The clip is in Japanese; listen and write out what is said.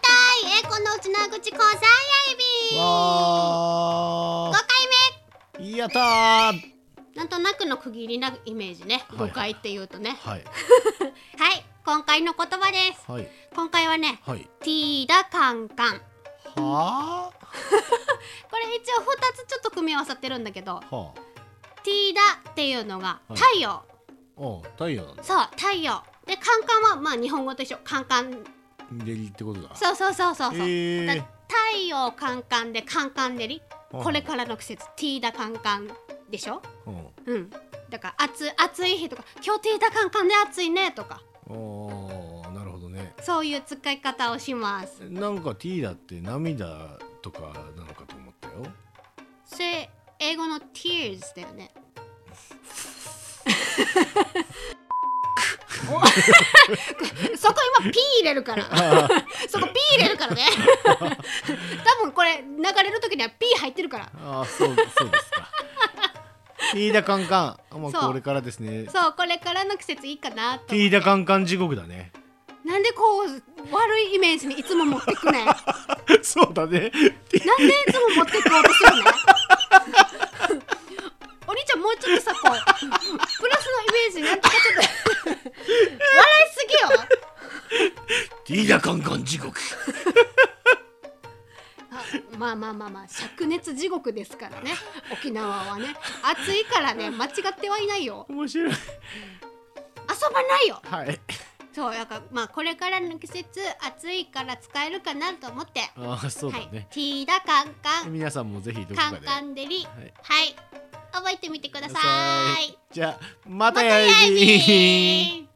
のうちの口交際指5わあ回やったーは目なんとなくの区切りなイメージねはいはい5回っていうとねいはい今回の言葉ですはい今回はねはいティーダカンカンこはれ一応2つちょっと組み合わさってるんだけどあはあティーダっていうのが太陽、お太陽なんだそう太陽でカンカンはまあ日本語と一緒カンカンデリってことだそうそうそうそうそう、えだー太陽カンカンでカンカン照りうんこれからの季節ティーダカンカンでしょうんうんだから暑い暑い日とか今日ティーダカンカンで暑いねとかおーなるほどねそういう使い方をしますなんかティーダって涙とかなのかと思ったよそれ英語の tears だよねお そこ今 P 入れるからそこ P 入れるからね多分これ流れる時には P 入ってるからああそうそうで すかティーダカンカンまあそうこれからですねそうこれからの季節いいかなとティーダカンカン地獄だねなんでこう悪いイメージにいつも持ってくねんなんでそうだねいつも持ってこうとするねん お兄ちゃんもうちょっとさこうプラスのイメージなんとかちょっと 笑いすぎよ ティーダカンカン地獄あまあまあまあまあ灼熱地獄ですからね沖縄はね暑いからね間違ってはいないよ面白い遊ばないよはいそうだからまあこれからの季節暑いから使えるかなと思ってああそうだはいね、、ティーダカンカン皆さんもぜひどこカかンでカンデリはいはい覚えてみてくださいじゃあままたたややいいびびー